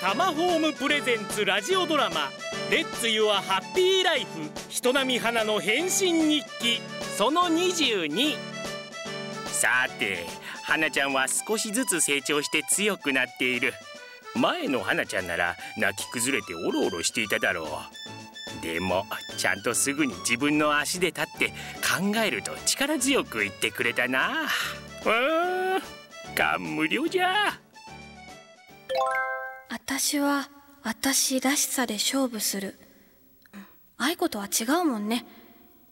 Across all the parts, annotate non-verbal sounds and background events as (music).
タマホームプレゼンツラジオドラマ「レッツ・ユア・ハッピー・ライフ」人並み花の変身日記その22さて花ちゃんは少しずつ成長して強くなっている前の花ちゃんなら泣き崩れてオロオロしていただろうでもちゃんとすぐに自分の足で立って考えると力強く言ってくれたなうん感無量じゃ私は私らしさで勝負するうん愛子とは違うもんね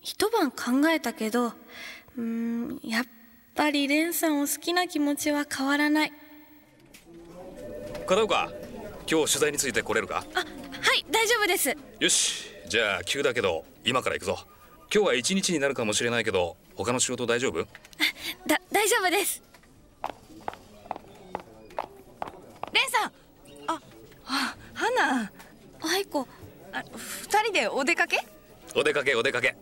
一晩考えたけどうーんやっぱり蓮さんを好きな気持ちは変わらない片岡今日取材について来れるかあはい大丈夫ですよしじゃあ急だけど今から行くぞ今日は一日になるかもしれないけど他の仕事大丈夫だ大丈夫ですレンさんああ花愛子あ二人でお出かけお出かけお出かけ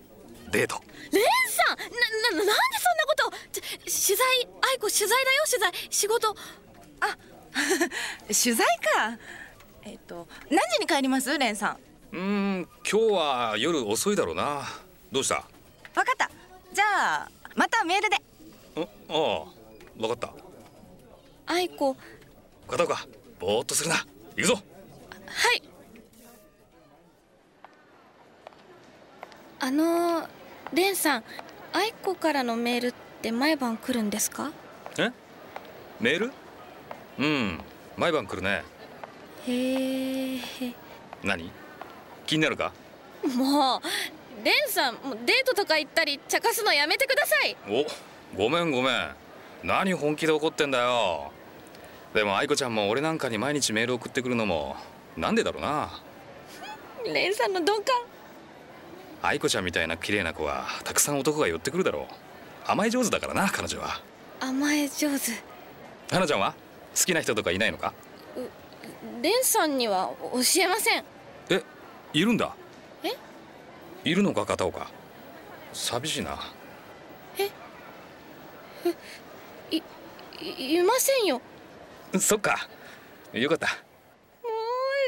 デート蓮さんなななんでそんなことち取材愛子取材だよ取材仕事取材かえっと何時に帰りますレンさんうーん今日は夜遅いだろうなどうしたんわかったじゃあまたメールでああ分かった愛子片岡ぼーっとするな行くぞはいあのーレンさん愛子からのメールって毎晩来るんですかえメールうん毎晩来るねへえ何気になるかもうレンさんもうデートとか行ったり茶化すのやめてくださいおごめんごめん何本気で怒ってんだよでも愛子ちゃんも俺なんかに毎日メール送ってくるのもなんでだろうなレンさんの鈍感愛子ちゃんみたいな綺麗な子はたくさん男が寄ってくるだろう甘え上手だからな彼女は甘え上手花ちゃんは好きな人とかいないのかレンさんには教えませんえいるんだえいるのか片岡寂しいないいませんよもそっかよかったう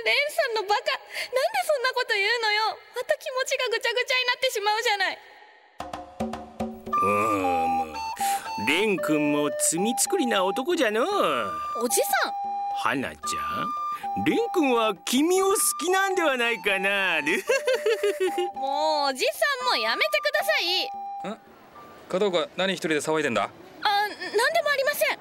レンさんのバカなんでそんなこと言うのよまた気持ちがぐちゃぐちゃになってしまうじゃないーうんレン君も罪作りな男じゃのうおじさん花ちゃんレン君は君を好きなんではないかな (laughs) もうおじさんもやめてください片岡何一人で騒いでんだあなんでもありません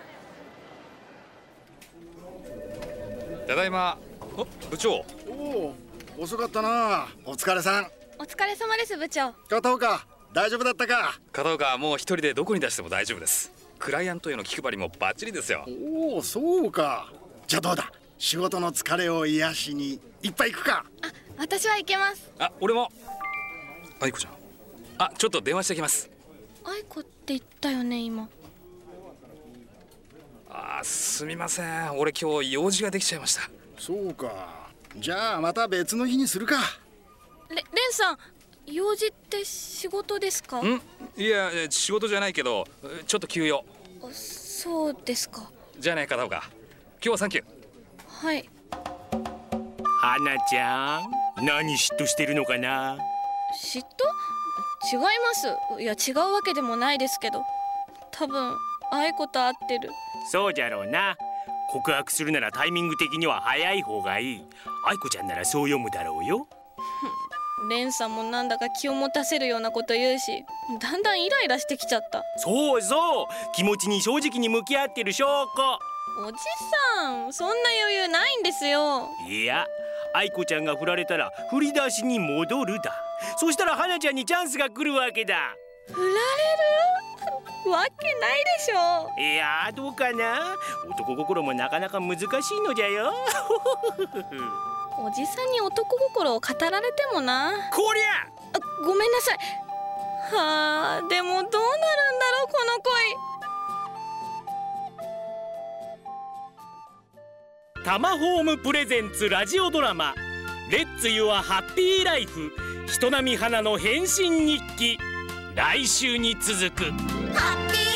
ただいまお部長おお遅かったなお疲れさんお疲れ様です部長片岡大丈夫だったか片岡はもう一人でどこに出しても大丈夫ですクライアントへの気配りもバッチリですよおおそうかじゃあどうだ仕事の疲れを癒しにいっぱい行くかあ私は行けますあ俺も愛子ちゃんあちょっと電話してきます愛子って言ったよね今あーすみません俺今日用事ができちゃいましたそうかじゃあまた別の日にするかレレンさん用事って仕事ですかんいやいや仕事じゃないけどえちょっと休養あそうですかじゃあね片岡今日はサンキューはい花ちゃん何嫉妬してるのかな嫉妬違いますいや違うわけでもないですけど多分愛子と会ってるそうじゃろうな告白するならタイミング的には早い方がいい愛子ちゃんならそう読むだろうよレンさんもなんだか気を持たせるようなこと言うしだんだんイライラしてきちゃったそうそう気持ちに正直に向き合ってる証拠おじさんそんな余裕ないんですよいや愛子ちゃんが振られたら振り出しに戻るだそしたら花ちゃんにチャンスが来るわけだ振られるわけないでしょいやーどうかな男心もなかなか難しいのじゃよおじさんに男心を語られてもなあこりゃごめんなさいはあでもどうなるんだろうこの恋タマホームプレゼンツラジオドラマ「レッツ・ユア・ハッピー・ライフ人並み花の変身日記」来週に続くハッピー